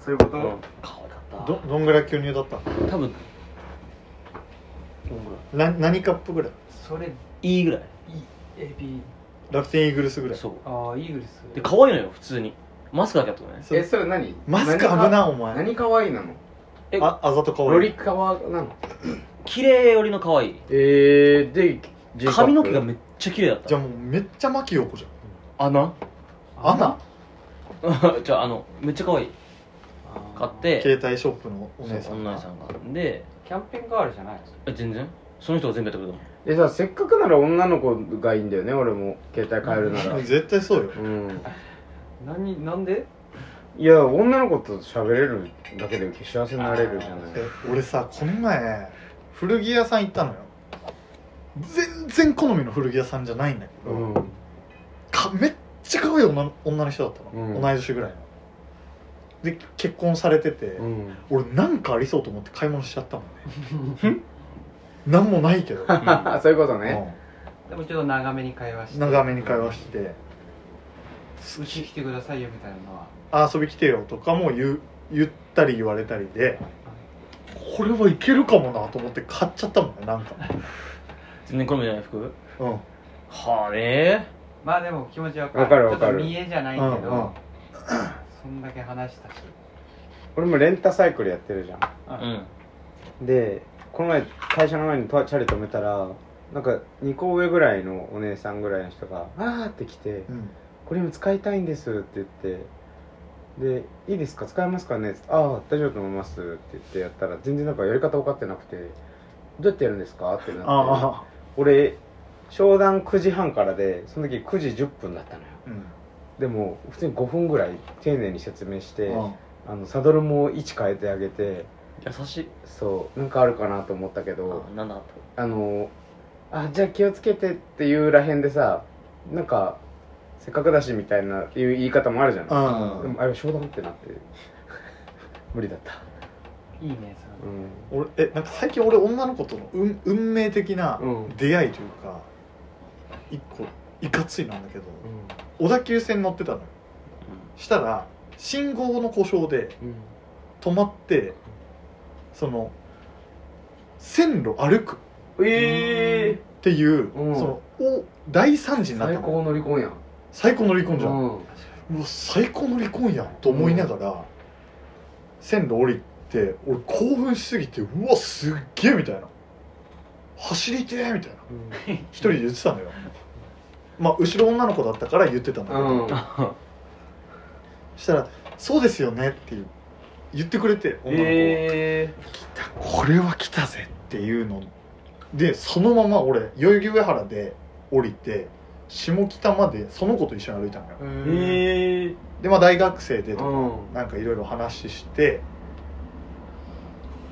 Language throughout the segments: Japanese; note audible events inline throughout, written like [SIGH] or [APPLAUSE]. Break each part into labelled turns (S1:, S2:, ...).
S1: そういうこ
S2: う
S1: と、
S3: 可愛かった
S4: どどんぐらい巨乳だったの
S3: 多分どんぐらい
S4: な何カップぐらい
S1: それ
S3: E ぐらい
S1: AB
S4: 楽天イーグルスぐらい
S3: そう
S1: ああイーグルス
S3: で可愛いのよ普通にマスクだけだったのね
S4: そう
S2: えそれ何
S4: マスク危ないお前
S2: 何かわいいなの
S3: え
S4: ああざとか
S2: ロ
S4: わい
S2: リ
S4: い
S2: カワなの
S3: 綺麗よりの可愛い
S2: えー、で J カップ
S3: 髪の毛がめっちゃ綺麗だっ
S4: じゃ
S3: た
S4: あもうめっちゃ牧陽子じゃん
S3: 穴
S4: アナ
S3: [LAUGHS] じゃああのめっちゃ可愛い買って
S4: 携帯ショップのお姉さ
S3: そうんお姉さんがで
S1: キャンペーンガールじゃない
S3: え全然その人が全部やってくれたの
S2: えさせっかくなら女の子がいいんだよね俺も携帯変えるなら
S4: 絶対そうよ
S2: うん
S1: 何なんで
S2: いや女の子と喋れるだけで幸せになれるじゃない
S4: え俺さこの前古着屋さん行ったのよ全然好みの古着屋さんじゃないんだけど、
S2: うん
S4: かめっちゃ可愛い女の女の人だったの、
S2: うん
S4: 同い年ぐらいので結婚されてて、
S2: うん
S4: 俺なんかありそうと思って買い物しちゃったもんねなんもないけど、う
S3: [LAUGHS]
S2: あそういうことね
S4: ん
S1: でもちょっと長めに会話して
S4: 長めに会話して
S1: うち来てくださいよみたいなのは
S4: あ遊び来てよとかも言う言ったり言われたりでこれはいけるかもなと思って買っちゃったもんねなんか
S3: 全然好みじゃない服
S4: うん
S3: はあね
S1: まあでも気持ちわかる
S2: わかるわかる
S1: ちょっと見えじゃない
S4: う
S1: けど、
S4: んうん
S1: そんだけ話したし、
S2: 俺もレンタサイクルやってるじゃん
S1: う
S3: うんん
S2: でこの前会社の前にとチャリ止めたらなんか2個上ぐらいのお姉さんぐらいの人が「あー」って来て
S4: うん
S2: 「これ今使いたいんです」って言って「でいいですか使えますかね?」って「ああ大丈夫だと思います」って言ってやったら全然なんかやり方分かってなくて「どうやってやるんですか?」ってなって
S4: ああ
S2: 俺商談9時半からでその時9時10分だったのよ
S4: うん
S2: でも普通に5分ぐらい丁寧に説明して
S4: うん
S2: あのサドルも位置変えてあげて
S3: 優しい
S2: そうなんかあるかなと思ったけど
S3: あなんだあった
S2: あのあじゃあ気をつけてっていうらへんでさなんかせっかくだしみたいないう言い方もあるじゃない、
S4: う
S2: で
S4: ん
S2: もあれ商談ってなって [LAUGHS] 無理だった、
S1: いいねそれ
S2: う
S4: 俺えなんか最近俺女の子との運運命的な
S2: うん
S4: 出会いというか、一個いかついなんだけど小田急線乗ってたのよしたら信号の故障で
S2: ん
S4: 止まってその線路歩く
S2: うん、え
S4: っていう、
S2: うん
S4: そのお大惨事になった
S2: 最
S4: の
S2: 高の離婚やん
S4: 最高の離婚じゃん、
S2: うん
S4: うわ最高の離婚やんと思いながら、線路降りて俺興奮しすぎてうわすっげえみたいな走りてえみたいな一人で言ってたのよまあ後ろ女の子だったから言ってたんだけど、
S2: うん
S4: そしたら「そうですよね」っていう言ってくれて女の子が、
S2: え
S4: 来たこれは来たぜっていうのでそのまま俺代々木上原で降りて下北までその子と一緒に歩いたのよ、
S2: ー、え
S3: ええ
S4: でまあ大学生でと
S2: う
S4: か
S2: ん
S4: なんかいろいろ話して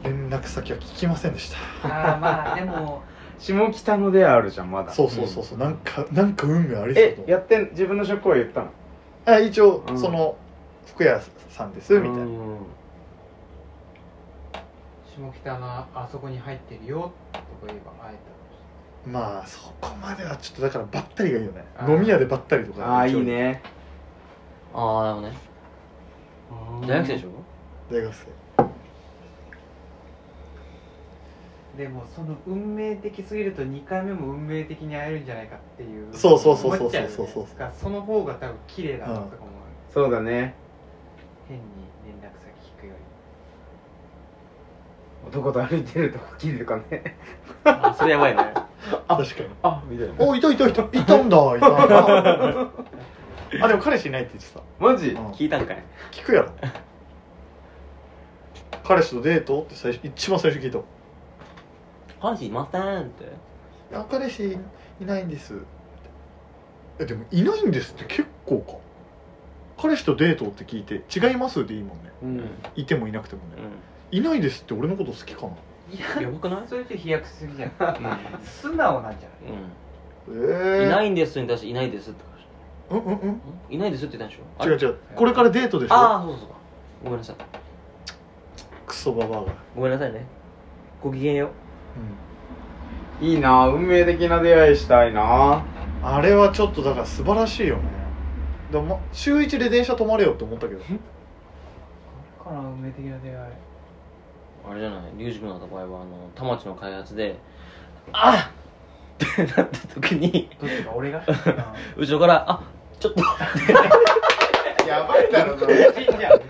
S4: 連絡先は聞きませんでした
S1: ああまあでも
S2: 下北のであるじゃんまだ
S4: そうそうそうそうなんかなんか運命ありそう
S2: え
S4: と思
S2: や
S4: う
S2: ってん自分の職を言ったの
S4: あ一応、
S2: うん
S4: その服屋さんですみたいな、
S2: うん
S1: 下北のあそこに入ってるよとか言えば会え
S4: まあそこまではちょっとだからばったりがいいよね
S1: あー
S4: 飲み屋でばったりとか
S2: ああいいね
S3: ああなるほどね
S1: た
S3: 大学生でし
S1: ょ
S3: ょ
S4: 大学生
S1: でもその運命的すぎると2回目も運命的に会えるんじゃないかっていう
S4: そうそうそうそうそう
S1: 思っちゃよね
S4: そうそうそう
S1: だからその方が多分綺麗だなとか思う、
S2: そうだね
S1: 変に連絡先聞くより
S2: 男と歩いてるとこ聞いてるかね
S3: あそれやばいね
S4: 確かに
S2: あみたいな
S4: おいたいたいたいたんだいたん [LAUGHS] だあでも彼氏いないって言ってた、
S2: マジ
S4: うん
S3: 聞いたんかい
S4: 聞くやろ彼氏とデートって最初一番最初聞いたもん
S3: 話いませんって
S4: いや彼氏いないんですえでもいないんですって結構か彼氏とデートって聞いて「違います」でいいもんね
S2: うん
S4: いてもいなくても
S3: う
S4: ね、
S3: ん
S4: いないですって俺のこと好きかない
S1: や
S3: やばくない
S1: それって飛躍しすぎじゃん素直なんじゃない
S4: え
S3: う
S4: ー、
S3: んいないいんですに対していないですって話
S4: うんうんうん
S3: んいないですって言ったんでしょ
S4: 違う違うこれからデートでしょ
S3: ああそうそうそうごめんなさい
S4: クソババアが、
S3: ごめんなさいねごきげんよ
S2: いいな運命的な出会いしたいな
S4: うん、あれはちょっとだから素晴らしいよねでもま週一で電車止まれよって思ったけど
S1: かかな運命的な出会い
S3: あれじゃないリュウジ君の場合はあの田町の開発で「あっ!」ってなった時に
S1: どっちか俺が
S3: 後ろから「あちょっと
S2: やばいだろそれ [LAUGHS]
S1: うん死んじゃう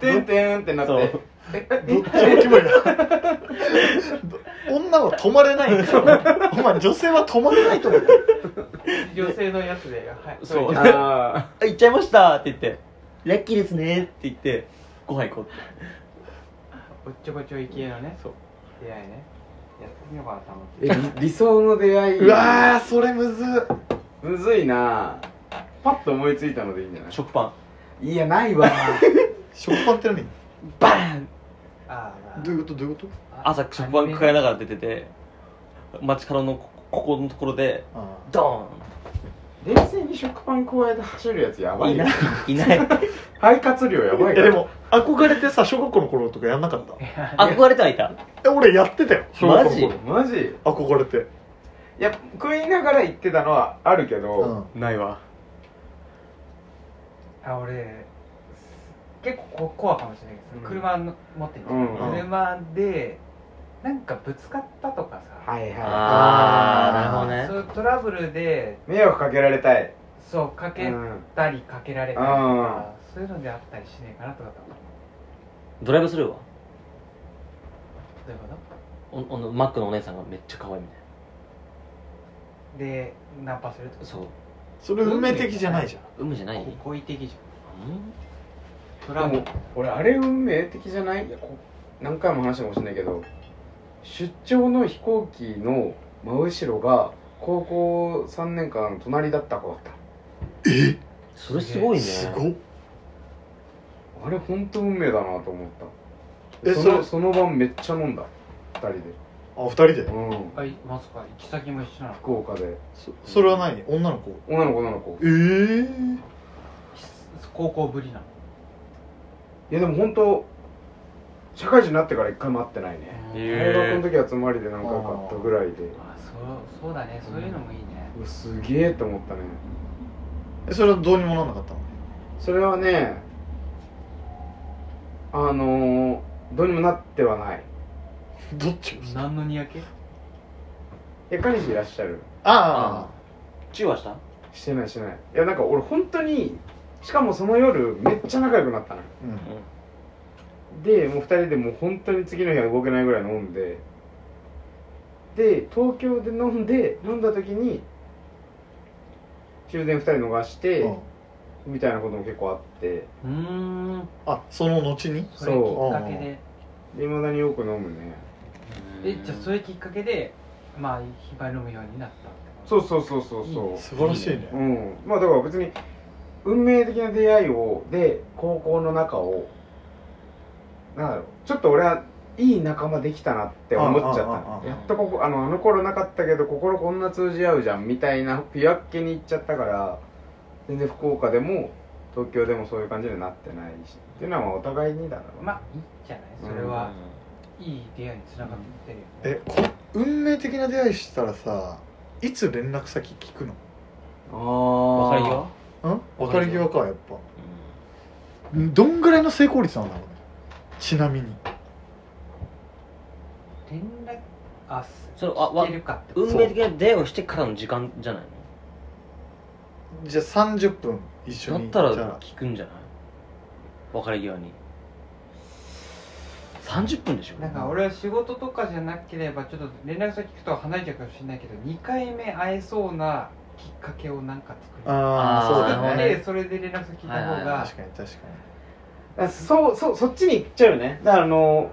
S2: てんてんってな」っ
S3: そう
S2: て
S4: どっちもキモいなど女は止まれないんだよお前女性は止まれないと思って
S1: 女性のやつではい
S3: そう
S1: れ
S2: あ
S3: 「行っちゃいました」って言って「ラッキーですね」って言ってご飯行こうって
S1: おっちょこちょい系のね
S3: そう
S1: 出会いねやってみようかなと思って
S2: ーえ [LAUGHS] 理理想の出会いう
S4: わーそれむずっ
S2: むずいなパッと思いついたのでいいんじゃない
S3: 食パン
S2: いやないわ
S4: 食パンって何
S3: バーン
S1: あーまあ
S4: どういうことどういうこと
S3: 朝食パン抱えながら出てて街角のこここのところで
S4: あ
S3: ド
S2: 冷静に食パン加えて走るやつや
S3: ーン
S2: ばい
S3: い
S2: よ
S3: ないいない [LAUGHS]
S2: 肺活量やばい
S4: あ
S2: から
S4: えでも憧れてさ小学校の頃とかやんなかった
S3: 憧れてはいた
S4: え俺やってたよ小学校の頃
S2: マジ
S4: 憧れて
S2: いや食いながら言ってたのはあるけど、
S3: ないわ
S1: あ俺結構ココアかもしれないけど、
S2: うん
S1: 車の持ってんじゃ
S2: うん
S4: うん
S1: ん、車でなんかぶつかったとかさ、
S2: はいは
S3: あ
S4: あ
S3: あ
S4: ー
S3: なるほ
S1: そ
S3: どね
S1: ういうトラブルで
S2: い迷惑かけられたい
S1: そうかけ
S2: うん
S1: たりかけられたりとか、そういうのであったりしねえかなとかと思う
S3: ドライブスルーは
S1: どういうこ
S3: おおのマックのお姉さんがめっちゃ可愛いみたい
S1: とでナンパすると
S3: な
S1: か
S3: そう
S4: それ運命的じゃないじゃん
S3: 有無じゃない
S1: こ好意的じ
S3: うん
S1: ゃん
S2: で
S1: トラブル
S2: も俺あれ運命的じゃないいやこ何回も話したかもしれないけど出張の飛行機の真後ろが高校3年間隣だった子だった
S4: え
S3: それすごいね
S4: すごっ
S2: あれ本当運命だなと思った
S4: え
S2: そ
S4: それ
S2: のその晩めっちゃ飲んだ2人で
S4: あ二人で
S2: うん
S1: あいまさか行き先も一緒なの
S2: 福岡で
S4: そそれは何女の子
S2: 女の子女の子
S4: ええー、
S1: 高校ぶりなの
S2: いやでも本当社会人になってから一回も会ってないね
S3: へ
S2: 大
S3: え
S2: 学の時は集まりで何回かあったぐらいで
S1: あそうそうだねそういうのもいいね、
S2: うわすげえと思ったね
S4: えそれはどうにもなんなかったの
S2: それはねあのー、どうにもなってはない
S4: どっちが
S1: 何のにやけ
S2: え彼氏いらっしゃる
S4: あ
S3: チューはした
S2: してないしてないいやなんか俺本当にしかもその夜めっちゃ仲良くなったのよ
S4: あうん
S2: でもう2人でもう本当に次の日は動けないぐらい飲んでで東京で飲んで飲んだ時に終電2人逃して、
S4: うん
S2: みたいなことも結構あって
S1: うーん
S4: あその後に
S1: それきっかけで
S2: いまだによく飲むね
S1: えじゃあそれきっかけでまあ頻繁に飲むようになった
S2: そうそうそうそうそう
S4: 素晴らしいね
S2: うんまあだから別に運命的な出会いをで高校の中をなんだろうちょっと俺はいい仲間できたなって思っちゃった
S4: あああああ
S2: の
S4: あ
S2: やっとここあのあの頃なかったけど心こんな通じ合うじゃんみたいなピュアっ気にいっちゃったから全然福岡でも東京でもそういう感じにはなってないしっていうのはまあお互いにだろうな
S1: まあいいんじゃないそれはいい出会いにつながってるよね、
S4: えこ運命的な出会いしたらさいつ連絡先聞くの
S2: あ
S3: わかる
S2: ー
S3: よ
S4: ん別れ際かやっぱ
S3: うん
S4: どんぐらいの成功率なんだろうねちなみに
S1: 連絡あっ
S3: それあわ
S1: けるかってこと
S3: 運命的な出会いをしてからの時間じゃない
S4: じゃあ30分一緒
S3: の
S4: に
S3: だった
S4: じゃ
S3: ら
S4: あ
S3: 聞くんじゃない別れ際に30分でしょ
S1: なんか俺は仕事とかじゃなければちょっと連絡先聞くと離れちゃうかもしれないけど2回目会えそうなきっかけをなんか作る
S4: あ
S3: あー
S4: あそう
S1: 作
S4: だ
S1: っ
S4: ね
S1: てそれで連絡先聞いた
S3: はい
S1: 方
S3: はいは
S1: が
S4: 確かに確か
S2: あそうそうそっちに行っちゃうよねだからあの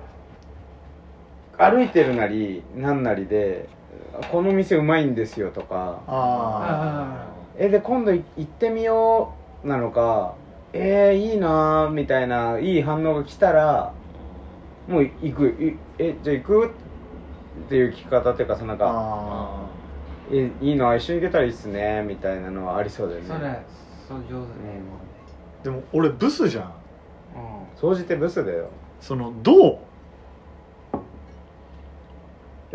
S2: 歩いてるなりなんなりで「この店うまいんですよ」とか
S4: あ
S2: 「えで今度い行ってみよう」なのか「えー、いいな」みたいないい反応が来たらもう行くいえじゃあ行くっていう聞き方っていうかそのなん
S4: あ
S2: か
S4: あ
S2: 「えいいな一緒に行けたらいいっすね」みたいなのはありそうだよ
S1: そ
S2: ね
S1: れそう上手ね、
S4: ーでも俺ブスじゃん
S1: うん
S2: 総じてブスだよ
S4: そのどう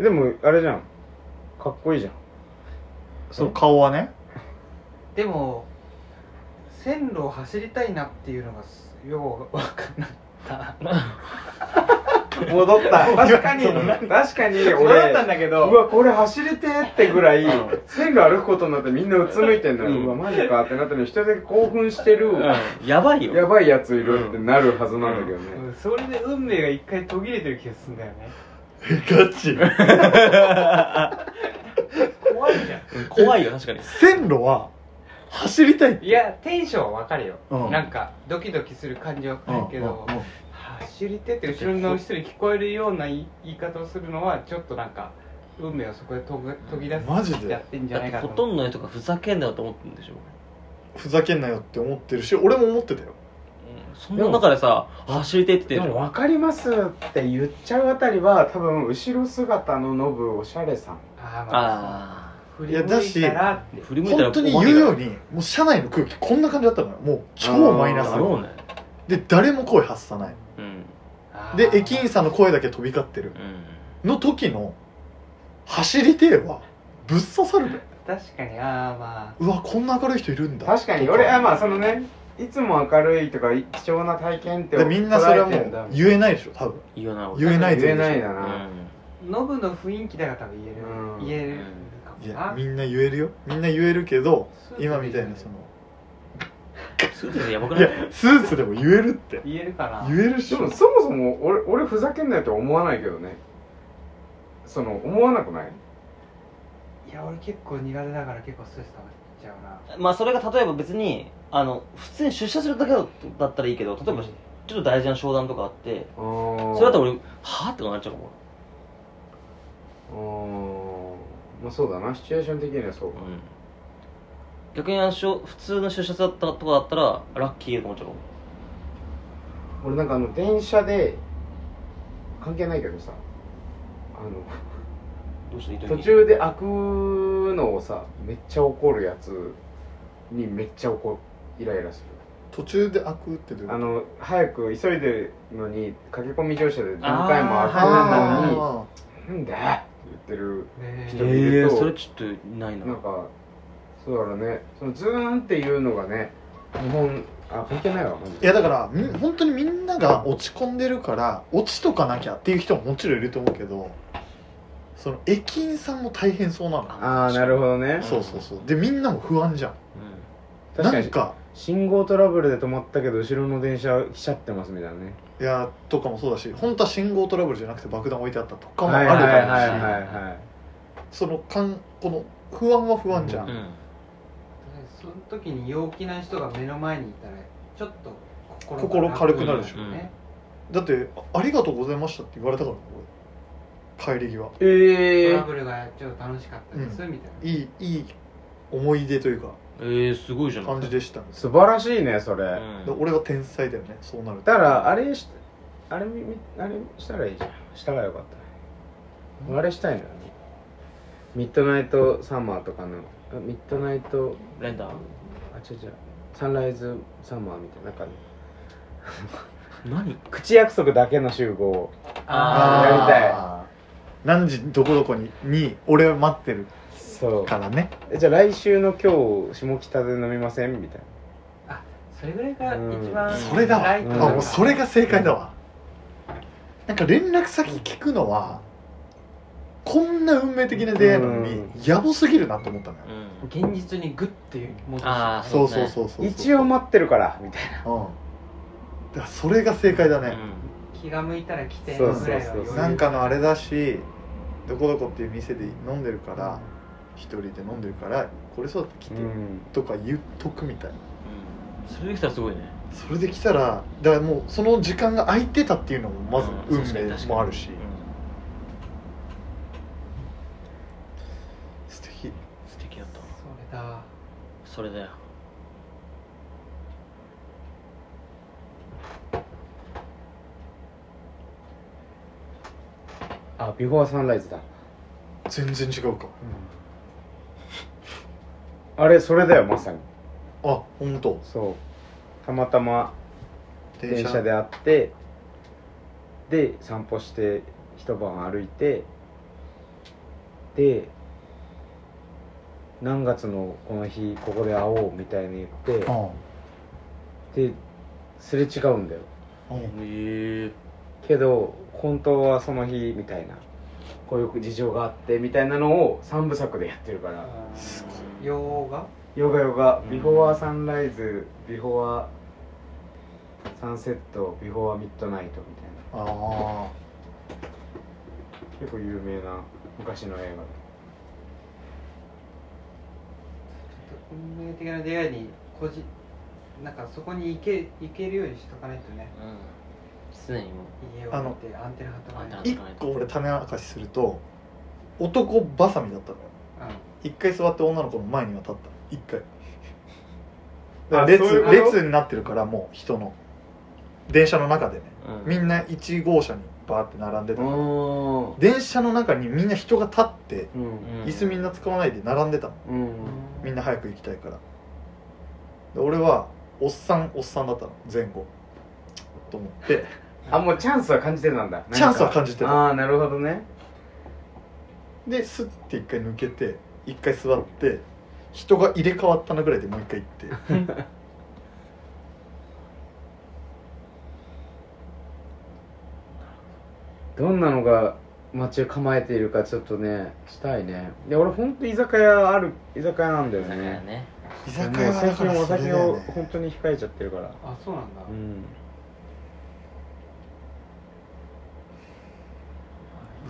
S2: でもあれじゃんかっこいいじゃん
S4: その顔はね
S1: でも線路を走りたいなっていうのがすようわかんなかった
S2: 戻った確かに
S4: そう
S2: [LAUGHS] 確かに
S1: 俺
S2: 俺
S1: だったんだけ
S2: う
S1: ど
S2: わこれ走れてーってぐらい
S3: うん
S2: 線路歩くことになってみんなうつむいてんの
S3: うん
S2: ようわマジかってなったのに一人だけ興奮してる
S3: うんやばいよ
S2: やばいやついるってなるはずなんだけど
S1: う
S2: ね
S1: んそれで運命が一回途切れてる気がするんだよね
S4: ガチ
S1: 怖いじゃん
S3: うん怖いよ確かに
S4: 線路は走りたい
S1: いやテンションはわかるよ、
S4: うん
S1: なんかドキドキする感じはわかるけど、
S4: うんうん
S1: 走り手って後ろの人に聞こえるような言い言い方をするのはちょっとなんか運命をそこでとぐ途切ら
S4: マジ
S1: せ
S4: で
S1: やってんじゃ
S3: だって
S1: ないか
S3: ほ
S1: と
S3: と
S1: 思うん
S3: どの人がふざけんなよと思ってるんでしょ
S4: ふざけんなよって思ってるし俺も思ってたよ
S3: そんな中でさ走りてって
S2: で
S3: 言って
S2: も
S3: る
S2: 分かりますって言っちゃうあたりは多分後ろ姿のノブおしゃれさん
S1: あーまあ
S3: あ
S1: 振り向いたらって
S3: あ振り向いたら
S4: 本当に
S3: お化け
S4: 言
S3: だ
S4: うようにもう車内の空気こんな感じだったからもう超マイナス
S2: あー
S3: そうね
S4: で誰も声発さない
S3: うん
S1: あー
S4: で駅員さんの声だけ飛び交ってる
S3: う
S4: の時の走りてえはぶっ刺さるで
S1: 確かにああま
S4: うわこんな明るい人いるんだ
S2: 確かに
S4: と
S2: 俺あまあそのねいつも明るいとか貴重な体験って
S4: でみんなそれは
S2: 捉
S4: も
S2: えてんだ
S4: う言えないでしょ多分
S3: ん言わない
S4: 言えない
S2: 言え
S4: 全然
S2: ないだ
S3: う
S2: な、
S3: ん
S1: あノブの雰囲気だから多分言える、
S2: うん
S1: 言える
S4: い
S1: か
S4: や
S1: もな
S4: みんな言えるよみんな言えるけど
S1: スーツで
S4: 今みたいなその
S3: スーツでやばく
S4: い
S3: な
S4: や
S3: い
S4: スーツでも言えるって
S1: 言えるかな
S4: 言えるっし
S2: で
S4: ょ
S2: もそもそも俺俺ふざけんなよとは思わないけどねその思わなくない
S1: いや俺結構苦手だから結構ストレス溜まっちゃうな
S3: まあそれが例えば別にあの普通に出社するだけだったらいいけど例えばちょっと大事な商談とかあってそ
S2: そ
S3: れだと俺はあってなっちゃうかも
S2: まあそうだなシチュエーション的にはそうか
S3: うん逆にあのしょ普通の就活だったとこだったらラッキーと思っちゃうかも
S2: 俺なんかあの電車で関係ないけどさあ
S3: どうした
S2: の途中で開くのをさめっちゃ怒るやつにめっちゃ怒イライラする
S4: 途中で開くってどういうこと
S2: あの早く急いでるのに駆け込み乗車で何回も
S3: あ
S2: 開くの
S4: あ
S2: に「なんだ!」って言ってる
S1: ね
S2: 人
S1: え
S2: 見
S3: え
S2: る
S3: え
S2: と
S3: それちょっとないな
S2: なんかそうだろうねそのズーンっていうのがね日本あ関係ないわマジ
S4: ーい
S2: で
S4: やだからみ本当にみんなが落ち込んでるから落ちとかなきゃっていう人ももちろんいると思うけどその駅員さんも大変そうなの
S2: ああなるほどね
S4: そうそうそうでみんなも不安じゃん
S3: うん
S2: 確か
S4: なん
S2: に
S4: か
S2: 信号トラブルで止まったけど後ろの電車来ちゃってますみたいなね
S4: いやとかもそうだし本当は信号トラブルじゃなくて爆弾置いてあったとかもあ
S2: はい
S4: る
S2: は
S4: だ
S2: い
S4: ろうし、
S2: はいはいはい
S4: そのかんこの不安は不安じゃん、
S3: うん
S1: その時に陽気な人が目の前にいたらちょっと心
S4: 心軽くなるでし
S3: ょ
S1: ね
S4: だってあ「ありがとうございました」って言われたからね俺帰り際
S2: え
S1: ト
S2: え
S1: ラブルがちょっと楽しかったです、
S4: う
S1: みたいない
S4: いいい思い出というか
S3: ええすごいじゃん
S4: 感じでしたね、
S2: 素晴らしいねそれ、
S4: で俺は天才だよねそうなると
S2: だからあれしあれみみあれしたらいいじゃんしたらよかったあれしたいのよミッドナイトサマーとかのあミッドナイト
S3: レンダー
S2: あ違う違うサンライズサマーみたいななんか
S3: 何
S2: 口約束だけの集合
S1: あ
S2: ーやり
S4: たい何時どこどこにに俺は待ってる
S2: そう
S4: からね
S2: えじゃあ来週の今日下北で飲みませんみたい
S1: それぐらいが一番、
S2: うん
S4: それだわ
S1: ラ
S4: あ
S1: イト
S2: うん
S4: もうそれが正解だわなんか連絡先聞くのはこんな運命的な出会いなのに
S2: う
S4: やぼすぎるなと思ったのよ
S3: うん
S1: 現実にグッて戻す
S3: あー
S4: そうそうそうそうそう
S2: な一応待ってるからみたい
S4: うんだからそれが正解だ
S3: う
S4: ね、
S3: ん
S1: 気が向いたら来てぐ
S2: そ
S1: ら
S2: う
S1: い
S2: そう
S1: は
S2: そう
S1: 余裕
S4: なんかのあれだしどこどこっていう店で飲んでるから一人で飲んでるからこれそうだって来て、
S2: なうん
S4: とか言っとくみたいな
S3: それできたらすごいね
S4: それで来たらだからもうその時間が空いてたっていうのもまず
S3: うん
S4: 運
S3: 確かに確か
S4: 命
S3: に
S4: もあるし、
S3: うん
S4: 素敵
S3: 素敵だったわ
S1: それだわ
S3: それだよ
S2: あビフォーサンライズだ
S4: 全然違うか
S2: あれそれだよまさに
S4: あ本当
S2: そうたまたま電車で会ってで散歩して一晩歩いてで何月のこの日ここで会おうみたいに言って
S4: うん
S2: ですれ違うんだよ
S4: うん
S3: え
S2: けど本当はその日みたいなこういう事情があってみたいなのを三部作でやってるから
S4: すご
S1: 洋画
S2: ヨガヨガ
S3: うん
S2: ビフォアサンライズビフォアサンセットビフォアミッドナイトみたいな
S4: あ
S2: 結構有名な昔の映
S1: 運命的な出会いにこじなんかそこに行け行けるようにしとかないとね
S3: うん常にもう
S1: 家を見てアンテナ張っとかないと
S3: アン
S4: あ
S3: テ
S4: 一個俺種明かしすると男バサミだったのよ一回座って女の子の前には立った一回だから
S2: あ
S4: 列
S2: そういうこと
S4: 列になってるからもう人の電車の中でね
S3: うん
S4: みんな1号車にバーって並んでた
S2: 画うん
S4: 電車の中にみんな人が立って
S2: う
S3: うんん
S4: 椅子みんな使わないで並んでたの
S2: うん
S4: みんな早く行きたいからで俺はおっさんおっさんだったの前後と思って
S2: あもうチャンスは感じてたんだ
S4: チャンスは感じてた
S2: ああーなるほどね
S4: でスッて一回抜けて一回座って人が入れ替わったなぐらいでもう一回行って
S2: どんなのが待ち構えているかちょっとねしたいねいや俺ほんと居酒屋ある居酒屋なんだよ
S3: だから
S2: ね
S3: ね
S4: 居
S2: もう
S4: 酒屋は
S2: 最
S4: だか
S2: 近
S4: ら
S2: お
S4: それだ
S2: 酒
S4: よ
S2: を
S4: ね
S2: 本当に控えちゃってるから
S1: あそうなんだ、
S2: うん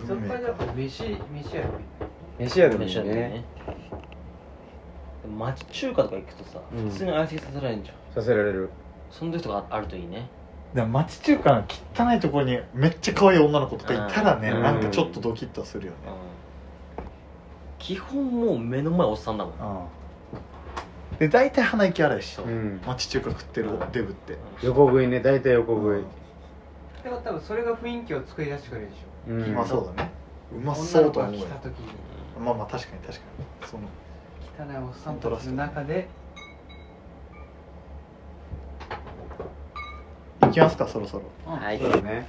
S1: 居酒屋だと飯飯やる
S2: 飯屋でもいい
S3: 飯屋だよ
S2: ね
S3: ねでも町中華とか行くとさ、
S2: うん
S3: 普通に相席させられるじゃん
S2: させられる
S3: その時とかああるといいね
S4: でも町中華の汚いところにめっちゃ可愛い女の子とかいたらね
S2: うん
S4: なんかちょっとドキッとするよね
S3: うん基本もう目の前おっさんだもん、うん
S4: うんで大体鼻息荒いし
S2: うん
S4: 町中華食ってるデブって
S2: 横食いね大体横食い
S1: でも多分それが雰囲気を作り出してくれるでしょ
S2: うん
S4: うまそうだねうま
S1: 女
S4: そ
S1: の
S4: うと
S1: 子が
S4: 思う
S1: 来
S4: よ
S1: た時に
S4: まあまあ確かに確かにその
S1: 汚いおっさんたちの中で
S4: 行きますかそろそろ
S1: うん
S3: はい
S2: そうだね